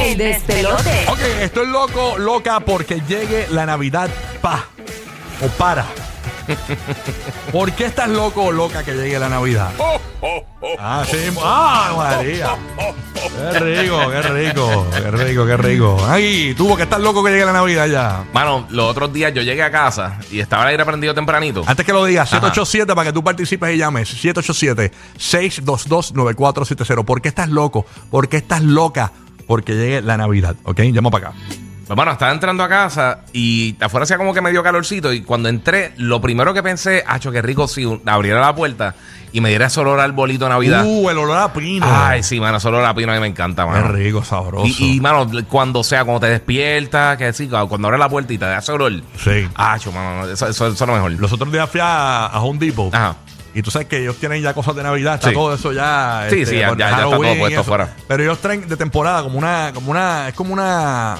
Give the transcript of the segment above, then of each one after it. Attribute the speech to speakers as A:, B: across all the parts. A: El despelote.
B: Ok, estoy loco, loca, porque llegue la Navidad pa o para. ¿Por qué estás loco o loca que llegue la Navidad? Ah, sí. ¡Ah, María! ¡Qué rico, qué rico! ¡Qué rico, qué rico! ¡Ay! Tuvo que estar loco que llegue la Navidad ya.
C: Mano, los otros días yo llegué a casa y estaba el aire prendido tempranito.
B: Antes que lo digas,
C: Ajá.
B: 787 para que tú participes y llames. 787-622-9470. ¿Por qué estás loco? ¿Por qué estás loca? Porque llegue la Navidad. ¿Ok? Llama para acá.
C: Pues, mano, estaba entrando a casa y afuera hacía como que me dio calorcito. Y cuando entré, lo primero que pensé, hacho, qué rico si un- abriera la puerta y me diera ese olor al bolito de Navidad.
B: Uh, el olor a pino.
C: Ay, sí, mano, ese olor a pino a mí me encanta,
B: Qué
C: mano.
B: rico, sabroso.
C: Y, y, mano, cuando sea, cuando te despiertas, que sí, cuando abres la puerta y te da ese olor.
B: Sí.
C: Hacho, mano, no, eso, eso, eso es lo mejor.
B: Los otros días fui a, a Home Depot.
C: Ajá.
B: Y tú sabes que ellos tienen ya cosas de Navidad, está
C: Sí.
B: todo eso ya.
C: Sí, sí, ya-
B: con
C: ya- ya está todo
B: Halloween y
C: puesto
B: eso.
C: fuera.
B: Pero ellos traen de temporada como una, como una, es como una,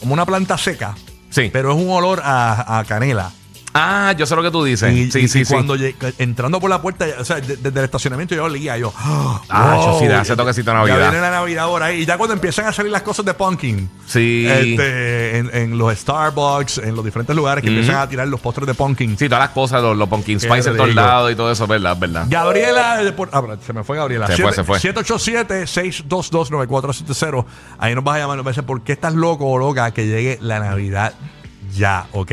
B: como una planta seca,
C: Sí.
B: pero es un olor a, a canela.
C: Ah, yo sé lo que tú dices.
B: y,
C: sí,
B: y-
C: sí,
B: y
C: sí.
B: cuando lleg- entrando por la puerta, o sea, de- desde el estacionamiento yo olía, yo.
C: Ah,
B: wow,
C: yo sí, da ese toquecito de Navidad.
B: Ya viene la Navidad ahora y ya cuando empiezan a salir las cosas de pumpkin.
C: Sí.
B: este, en, en los Starbucks, en los diferentes lugares que
C: Mm.
B: empiezan a tirar los postres de pumpkin.
C: Sí, todas las cosas, los, los pumpkin
B: Qué
C: spice en todos
B: rico.
C: lados y todo eso, ¿verdad? ¿Verdad?
B: Gabriela, de Puer- ah, pero se me fue Gabriela.
C: Se fue, se fue.
B: 787-622-9470. Ahí nos vas a llamar, nos vas a decir, ¿por qué estás loco o loca que llegue la Navidad ya? ¿Ok?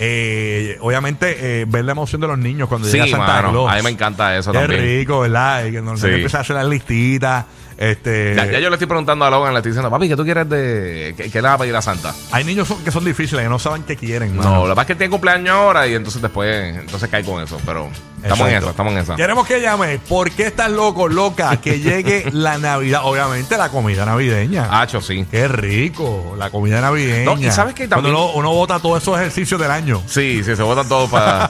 B: Eh, obviamente, eh, ver la emoción de los niños cuando
C: Sí,
B: llega Santa
C: mano,
B: Claus.
C: a mí me encanta eso
B: Qué
C: también.
B: rico, ¿verdad? Y que nos
C: Sí.
B: empieza a hacer las listitas. Este,
C: Ya, ya yo le estoy preguntando a Logan, le estoy diciendo, papi, ¿qué tú quieres de. ¿Qué, qué le vas a pedir a Santa?
B: Hay niños son- que son difíciles, que no saben qué quieren.
C: No, lo que pasa es que él tiene cumpleaños ahora y entonces después, entonces cae con eso, pero estamos en
B: Exacto.
C: eso, estamos en esa.
B: Queremos que llame. ¿Por qué estás loco, loca? Que llegue la Navidad. Obviamente, la comida navideña.
C: Hacho, sí.
B: Qué rico, la comida navideña.
C: No, y sabes que también-
B: Cuando uno, uno bota todos esos ejercicios del año.
C: Sí, sí, se votan todos para.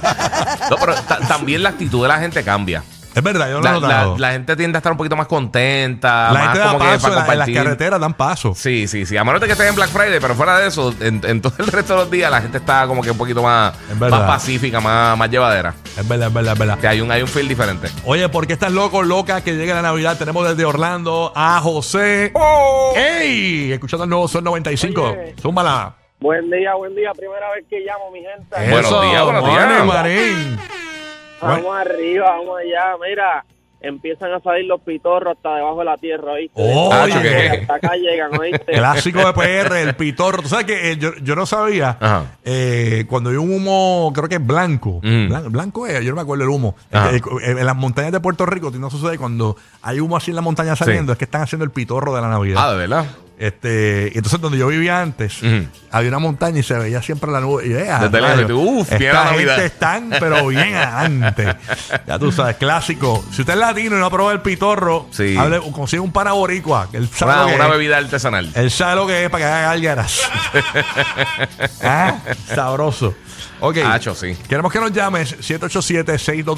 C: No, pero ta- también la actitud de la gente cambia.
B: Es verdad, yo lo he
C: La, la-
B: notado. La,
C: la gente tiende a estar un poquito más contenta, más
B: gente da
C: como que
B: paso,
C: para
B: la- en las
C: compartir.
B: carreteras dan paso.
C: Sí, sí, sí. A menos de que estés en Black Friday, pero fuera de eso, en, en todo el resto de los días la gente está como que un poquito más,
B: Es
C: más
B: verdad.
C: pacífica, más, más llevadera.
B: Es verdad, es verdad, es verdad.
C: Que hay un, hay un feel diferente.
B: Oye, ¿por qué estás loco, loca que llegue la Navidad? Tenemos desde Orlando a José. ¡Ey! Escuchando el nuevo Sol 95.
D: Oye.
B: Zúmbala.
D: Buen día, buen día. Primera vez que llamo, mi gente.
C: Buenos
B: Eso,
C: días, buenos días.
B: Mari, Marín.
D: Vamos arriba, vamos allá. Mira, empiezan a salir los pitorros hasta debajo de la tierra, ¿oíste?
C: Oh,
B: Oye.
D: Hasta acá llegan, hasta acá llegan, ¿oíste?
E: Este.
B: Clásico de PR, el pitorro. Tú sabes que eh, yo, yo no sabía,
C: Ajá.
B: eh, cuando hay un humo, creo que es blanco,
C: Mm.
B: blan- blanco es, yo no me acuerdo el humo.
C: Ajá.
B: Eh, eh, en las montañas de Puerto Rico, no sucede cuando hay humo así en la montaña saliendo,
C: Sí.
B: es que están haciendo el pitorro de la Navidad.
C: Ah, de verdad.
B: Este, y entonces donde yo vivía antes,
C: Ujú.
B: había una montaña y se veía siempre la nube. Y, eh, a
C: Desde lejos,
B: rayos,
C: y tú, uf, viene
B: esta
C: la Navidad.
B: gente están, pero bien adelante. Ya tú sabes, clásico. Si usted es latino y no ha probado el pitorro,
C: Sí.
B: hable- consigue un pana boricua. que él sabe
C: Una,
B: lo que
C: una
B: es. Eh,
C: bebida artesanal.
B: Él sabe lo que es para que haga gárgaras. ah, sabroso. Ok.
C: Hacho, sí.
B: Queremos que nos llames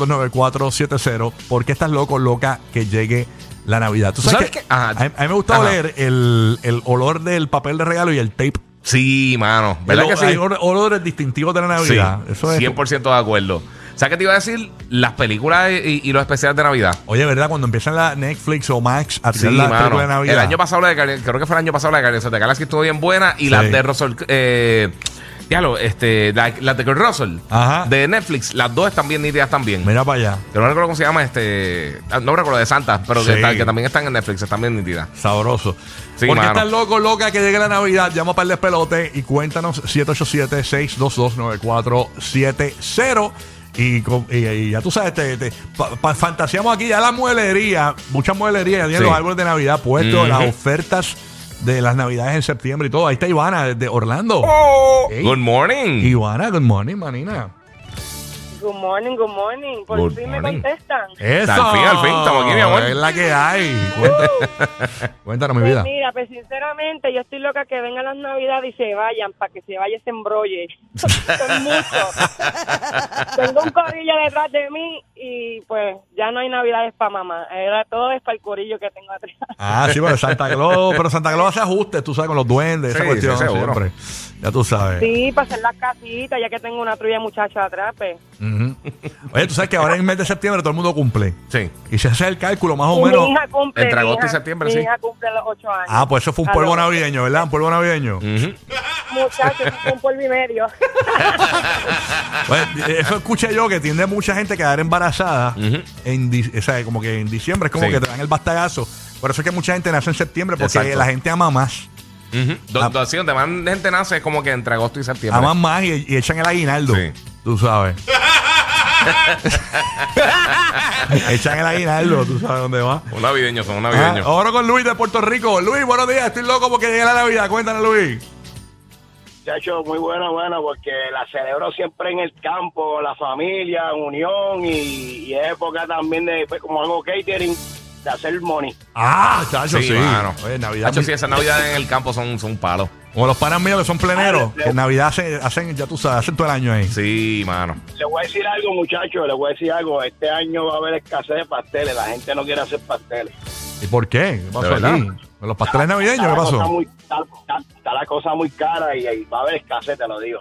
B: 787-622-9470 porque estás loco, loca, que llegue la Navidad. ¿Tú
C: ¿Tú
B: sabes,
C: sabes
B: que
C: qué? Ajá.
B: A, mí, a mí me gusta
C: Ajá.
B: oler el, el olor del papel de regalo y el tape.
C: Sí, mano. ¿Verdad
B: El-
C: que sí?
B: Hay or- olores distintivos de la Navidad.
C: Sí,
B: Eso es.
C: 100% de acuerdo. ¿Sabes qué te iba a decir? Las películas y, y los especiales de Navidad.
B: Oye, ¿verdad? Cuando empiezan la Netflix o Max a
C: Sí,
B: tirar la
C: mano.
B: película de Navidad.
C: El año pasado, la de Guardianes- creo que fue el año pasado, la de Guardianes de la Galaxia estuvo bien buena. Y las de Russell. Eh, diablo, este, la- las de Kurt Russell.
B: Ajá.
C: De Netflix. Las dos están bien nítidas también.
B: Mira para allá.
C: Pero no recuerdo cómo se llama este. ah, No recuerdo de Santa, pero que,
B: Sí.
C: tal- que también están en Netflix, están bien nítidas.
B: Sabroso.
C: Sí,
B: Porque
C: mano.
B: estás loco, loca que llegue la Navidad. Llama para el despelote y cuéntanos 787-622-9470. Y, con- y- y ya tú sabes, te, te- pa- pa- fantaseamos aquí ya la muelería, muchas muelerías, ya tienen
C: Sí.
B: los árboles de Navidad puestos,
C: Ujú.
B: las ofertas de las Navidades en septiembre y todo. Ahí está Ivana desde Orlando.
C: Oh.
B: Ey.
C: Good morning.
B: Ivana, good morning, manina.
F: Good morning, good morning. Por
C: Good
F: fin me
C: morning. Eh,
F: contestan.
B: Eso.
C: Al fin, al fin, estamos aquí, mi amor.
B: Es la que hay. Cuenta- Cuéntanos, mi vida.
F: Pues mira, pues sinceramente yo estoy loca que vengan las navidades y se vayan para que se vaya ese embrolle. Son muchos. Tengo un corillo detrás de mí y pues ya no hay navidades para mamá. Era todo es para el corillo que tengo atrás.
B: Ah, sí, pero Santa Claus, pero Santa Claus hace ajustes, tú sabes, con los duendes, esa
C: Sí,
B: cuestión
C: sí, seguro.
B: siempre. Ya tú sabes.
F: Sí, para hacer las casitas, ya que tengo una trulla de muchachos atrás, pues.
B: Ujú. Oye, tú sabes que ahora en el mes de septiembre todo el mundo cumple.
C: Sí.
B: Y si ese es el cálculo, más o
F: Y
B: menos.
F: mi hija cumple.
C: Oh, entre
F: mi
C: agosto y
F: hija-
C: septiembre,
F: mi
C: sí.
F: hija cumple los ocho años.
B: Ah, pues eso fue un
F: A
B: polvo
F: los-
B: navideño, ¿verdad? Un polvo navideño.
C: Ujú.
F: Muchachos, eso fue un polvo y medio.
B: Bueno, eso escuché yo que tiende mucha gente a quedar embarazada
C: Ujú.
B: en di- o sea, como que en diciembre es como
C: Sí.
B: que te dan el bastagazo. Por eso es que mucha gente nace en septiembre porque
C: Exacto.
B: la gente ama más,
C: Ujú. Do-
B: Ah.
C: do- así donde más gente nace es como que entre agosto y septiembre.
B: aman más y, y echan el aguinaldo.
C: Sí.
B: Tú sabes. echan el aguinaldo, tú sabes dónde va.
C: Un navideño, son un
B: Ah,
C: navideño.
B: ahora con Luis de Puerto Rico. Luis, buenos días. Estoy loco porque llega la Navidad. Cuéntanos, Luis.
A: Chacho, muy bueno, bueno, porque la celebro siempre en el campo, la familia, en unión y, y es época también de, pues, como hago catering, de hacer money.
B: Ah, chacho, sí.
C: mano.
B: Oye, Navidad.
C: Chacho,
B: mi-
C: sí, esas navidades en el campo son, son palos.
B: Como los panas míos que son pleneros, que en Navidad hacen, hacen, ya tú sabes, hacen todo el año ahí.
C: Sí, mano.
A: Les voy a decir algo, muchachos, les voy a decir algo. Este año va a haber escasez de pasteles, la gente no quiere hacer pasteles.
B: ¿Y por qué? ¿Qué pasó
C: ¿De verdad?
B: aquí? ¿Con los pasteles navideños
A: Está
B: qué
A: la cosa
B: pasó?
A: muy- está, está- está la cosa muy cara y, y va a haber escasez, te lo digo.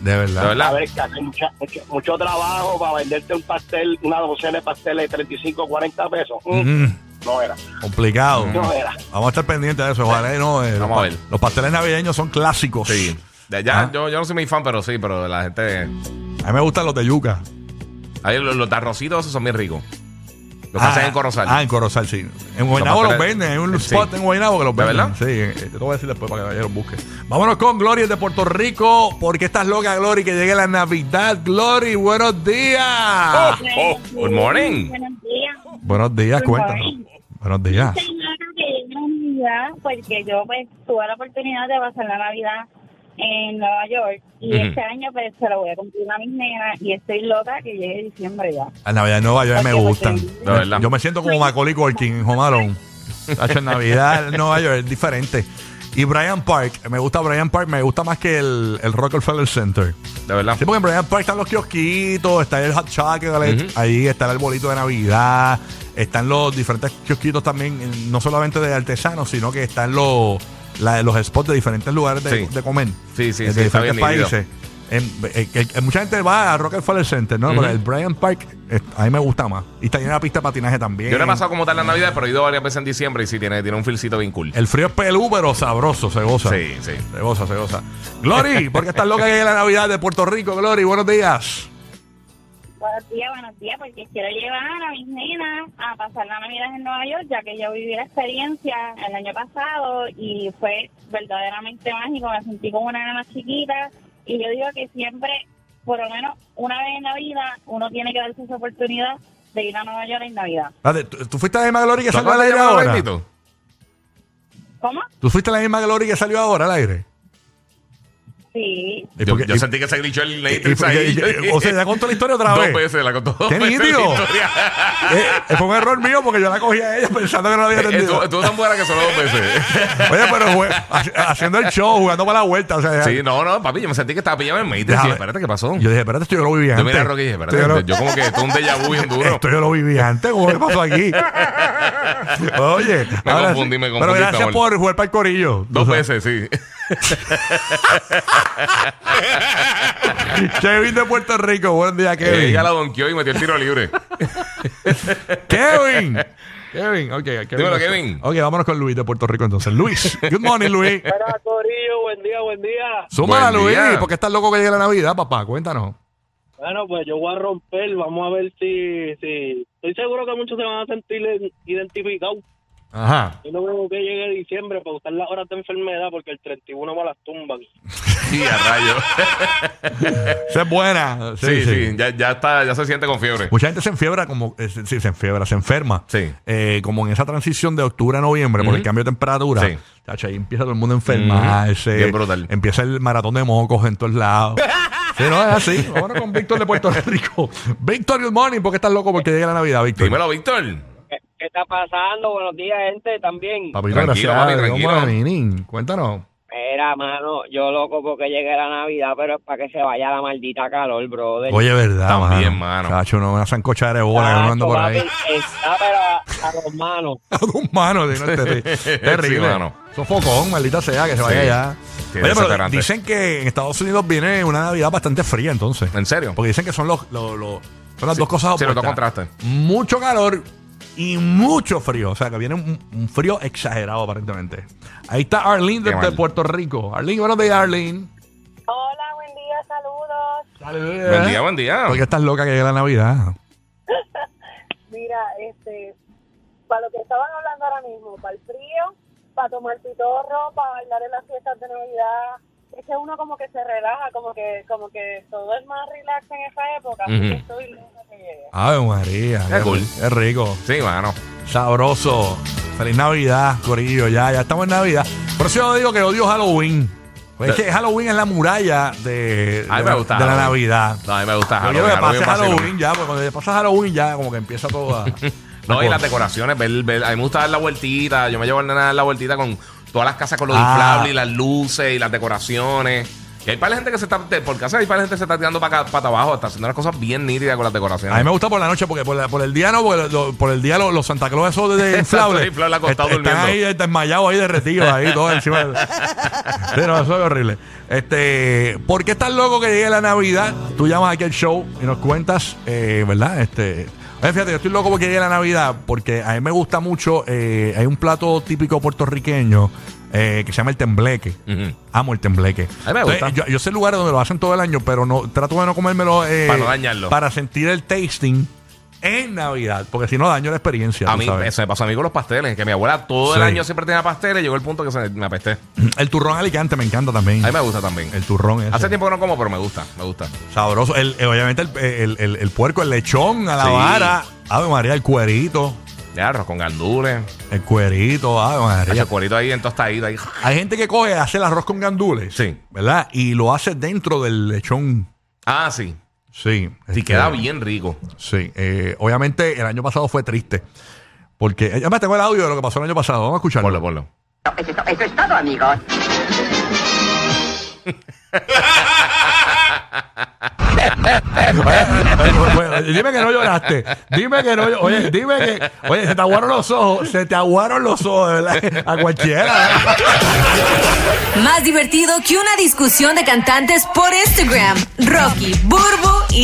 B: De
C: De
B: verdad.
A: Va a
C: verdad.
A: haber escasez, mucha- mucho, mucho trabajo para venderte un pastel, una docena de pasteles de 35, 40 pesos. Mm,
B: Mm,
A: No era,
B: complicado.
A: no era.
B: Vamos a estar pendientes de eso, ojalá y no. eh, los
C: Vamos a
B: pa-
C: ver.
B: Los pasteles navideños son clásicos.
C: Sí. De allá,
B: Ah.
C: yo, yo no soy muy fan, pero sí, pero la gente.
B: A mí me gustan los de yuca.
C: Ahí los, los tarrocitos esos son bien ricos. Los que
B: Ah,
C: hacen en Corozal.
B: Ah, en Corozal, sí. En Guaynabo los
C: pasteles-
B: venden. Hay un
C: Sí.
B: spot en Guaynabo que los
C: ¿De
B: venden.
C: verdad?
B: Sí, eh, te lo voy a decir después para que vayas y los busques. Vámonos con Glory de Puerto Rico, porque estás loca, Glory, que llegue la Navidad. Glory, buenos días.
C: Oh, good morning.
E: Buenos días.
B: Buenos días,
E: Good
B: cuéntanos.
E: morning.
B: Buenos días.
E: Claro que es la Navidad, porque yo pues tuve la oportunidad de pasar la Navidad en Nueva York y
C: Ujú.
E: este año pues se lo voy a cumplir a mis nenas y estoy loca que llegue diciembre ya.
B: La Navidad en Nueva York me
E: Porque
B: gustan.
E: porque-
C: De verdad.
B: Yo me siento como Macaulay Culkin en Home Alone. Tacho, en Navidad en Nueva York es diferente. Y Bryant Park, me gusta Bryant Park, me gusta más que el, el Rockefeller Center.
C: De verdad.
B: Sí, porque en Bryant Park están los kiosquitos, está el hot chocolate, ahí está el arbolito de Navidad, están los diferentes kiosquitos también, eh, no solamente de artesanos, sino que están los, la- los spots de diferentes lugares de,
C: Sí.
B: de comer. eh,
C: Sí, sí,
B: de
C: sí, está
B: diferentes
C: bien dividido.
B: países. En- eh, que- que mucha gente va a Rockefeller Center, ¿no?
C: Ujú.
B: Pero el Bryant Park, eh, a mí me gusta más. Y está llena de pista de patinaje también.
C: Yo no he pasado como tal la Navidad, pero he ido varias veces en diciembre y sí tiene, tiene un filcito bien cool.
B: El frío es pelú, pero sabroso, se goza.
C: Sí, sí.
B: Se goza, se goza. Glory, porque estás loca que llegue la Navidad de Puerto Rico, Glory, buenos días.
E: Buenos días, buenos días, Pues, porque quiero llevar a mis nenas a pasar la Navidad en Nueva York, ya que yo viví la experiencia el año pasado y fue verdaderamente mágico. Me sentí como una nena chiquita y yo digo que siempre, por lo menos una vez en la vida, uno tiene que darse esa oportunidad de ir a Nueva York en Navidad.
B: Espérate, Ah, ¿Tú, tú fuiste a la misma Glory que
C: ¿Tú
B: salió al
C: acabas de
B: aire
C: llamar a
B: ahora?
C: Bendito?
E: ¿Cómo?
B: ¿Tú fuiste a la misma Glory que salió ahora al aire?
E: Sí.
B: ¿Y
C: Yo,
B: por qué-
C: yo
B: y-
C: sentí que se glitchó el
B: y- y-
C: Matrix ahí.
B: y- y- O sea, ya contó la historia otra
C: dos
B: vez.
C: veces la contó. dos
B: ¡Qué
C: veces la
B: nítido!
C: historia.
B: Eh, fue un error mío porque yo la cogí a ella pensando que no la había
C: Estuvo
B: entendido.
C: estuvo tan buena que solo dos veces.
B: Oye, pero fue ha- haciendo el show, jugando para la vuelta. O sea,
C: Sí, no, no, papi, yo me sentí que estaba pillado en Matrix.
B: Déjame-
C: Y, espérate, ¿qué pasó?
B: Yo dije, espérate, esto yo lo viví
C: Yo
B: antes.
C: miré a Rocky y dije,
B: Esto yo lo-
C: espérate, yo como que esto es un déjà vu bien duro.
B: Esto yo lo viví antes, ¿cómo me pasó aquí? Oye,
C: Me
B: ahora
C: confundí,
B: sí.
C: me confundí,
B: Pero gracias
C: Samuel.
B: por jugar para el corillo.
C: Dos
B: Tú sabes.
C: veces, sí.
B: Kevin de Puerto Rico, buen día,
C: Eh,
B: Kevin.
C: Ella la donqueó y metió el tiro libre.
B: Kevin. Kevin, ok. Kevin
C: Dímelo, Kevin.
B: Ok, vámonos con Luis de Puerto Rico entonces. Luis, good morning, Luis.
D: Para Corillo, buen día, buen día.
B: Súmala,
C: Buen
B: Luis,
C: día.
B: porque estás loco que llegue la Navidad, papá. Cuéntanos.
D: Bueno, pues yo voy a romper, vamos a ver si, si... Estoy seguro que muchos se van a sentir identificados.
B: Ajá.
D: Yo no creo que llegue diciembre para usar las horas de enfermedad porque el 31 me las tumban.
C: Y a rayo.
B: Esa es buena.
C: Sí, sí, Ya, ya está, ya se siente con fiebre.
B: Mucha gente se enfiebra como. eh, sí, se enfiebra, se enferma.
C: Sí.
B: Eh, como en esa transición de octubre a noviembre por el
C: Ujú.
B: cambio de temperatura.
C: Sí.
B: Chacho, ahí empieza todo el mundo a enfermarse.
C: Ujú. Bien brutal.
B: Empieza el maratón de mocos en todos lados. sí, no, es así. Vámonos con Víctor de Puerto Rico. Víctor, good morning. ¿Por qué estás loco? Porque llega la Navidad, Víctor.
C: Dímelo, Víctor.
D: ¿Qué, qué está pasando? Buenos días, gente, este también.
B: Papito,
C: Tranquilo,
B: gracias.
C: papi,
B: a Dios,
C: tranquilo.
B: mami, nin. Cuéntanos.
D: Era, mano, yo loco porque llegue la Navidad, pero es para que se vaya la maldita calor, brother.
B: Oye, verdad,
C: También,
B: mano.
C: mano.
B: Cacho, no, una sancochadera de bola que no ando por
D: Papi,
B: ahí.
D: Está, pero a, a los manos.
B: A dos manos, sí, no, es terri- terrible.
C: Sí, mano.
B: Sofocón, maldita sea, que se vaya
C: Sí.
B: ya.
C: Sí,
B: Oye, pero
C: desesperante.
B: dicen que en Estados Unidos viene una Navidad bastante fría, entonces.
C: ¿En serio?
B: Porque dicen que son los, los- los- son las
C: Sí,
B: dos cosas
C: sí,
B: opuestas.
C: los dos contrastes.
B: Mucho calor y mucho frío. O sea, que viene un, un frío exagerado, aparentemente. Ahí está Arlene
C: Qué
B: desde
C: mal.
B: Puerto Rico. Arlene, buenos días, Arlene.
E: Hola, buen día, saludos.
C: Buen día, buen día.
B: Eh. Porque estás loca que llega la Navidad.
E: Mira, este, para lo que estaban hablando ahora mismo, para el frío, para tomar pitorro, para bailar en las fiestas de Navidad, es que uno como que se relaja, como que como que todo es más relax en esa época, así
C: Ujú.
E: que estoy loca que llegue.
B: Ave María.
C: Qué cool.
B: qué rico.
C: Sí, mano.
B: Sabroso. Feliz Navidad, Corillo. Ya, ya estamos en Navidad. Por eso yo digo que odio Halloween. Pues es
C: De-
B: que Halloween es la muralla de, de,
C: A mí me
B: la-
C: gusta
B: de la
C: Halloween.
B: Navidad.
C: No, a mí me gusta
B: Yo quiero
C: Halloween.
B: que pase
C: Halloween vacilón.
B: Halloween ya, porque cuando pasa Halloween ya como que empieza todo a...
C: No, y
B: a-
C: las decoraciones, ver, ver- a mí me gusta dar la vueltita. Yo me llevo al nena a dar la vueltita con todas las casas con los
B: Ah.
C: inflables y las luces y las decoraciones. Y hay para la gente que se está, te- por casa hay para la gente que se está tirando para acá, para abajo, está haciendo unas cosas bien nítidas con las decoraciones.
B: A mí me gusta por la noche, porque por, la- por el día no, porque lo- por el día los, los Santa Claus esos de, de inflables.
C: Exacto, inflable acostado
B: est- están ahí eh,
C: durmiendo.
B: desmayados, ahí derretidos, ahí todo encima. del- Sí, no, eso es horrible. Este, ¿Por qué estás loco que llegue la Navidad? Tú llamas aquí al show y nos cuentas, eh, ¿verdad? Este, oye, fíjate, yo estoy loco porque llegue la Navidad, porque a mí me gusta mucho, eh, hay un plato típico puertorriqueño eh, que se llama el tembleque.
C: Ujú.
B: Amo el tembleque.
C: A mí me gusta.
B: yo, yo sé lugares donde lo hacen todo el año, pero no trato de no comérmelo. eh,
C: Para no dañarlo.
B: Para sentir el tasting en Navidad, porque si no daño la experiencia.
C: A
B: tú
C: mí
B: sabes.
C: eso me pasó a mí con los pasteles, que mi abuela todo el
B: Sí.
C: año siempre tenía pasteles, llegó el punto que se me apesté. A
B: El turrón alicante me encanta también.
C: mí me gusta también.
B: El turrón ese.
C: Hace tiempo que no como, pero me gusta, me gusta.
B: Sabroso. El, eh, obviamente el, el- el- el puerco, el lechón a la
C: Sí.
B: vara. Ave María, el cuerito.
C: De arroz con gandules,
B: El cuerito, ave María.
C: el cuerito ahí en tostadito ahí.
B: Hay gente que coge, hace el arroz con gandules.
C: Sí.
B: ¿Verdad? Y lo hace dentro del lechón.
C: Ah, sí.
B: Sí.
C: Sí,
B: este,
C: queda bien rico.
B: Sí, eh, obviamente el año pasado fue triste. Porque, eh, además tengo el audio de lo que pasó el año pasado, vamos a escucharlo.
C: Ponlo, ponlo.
G: Eso, es to- eso es todo, amigos.
B: Bueno, Pues, dime que no lloraste, dime que no lloraste, oye, dime que, oye, se te aguaron los ojos, se te aguaron los ojos, de ¿verdad? A cualquiera.
H: Más divertido que una discusión de cantantes por Instagram. Rocky, Burbu y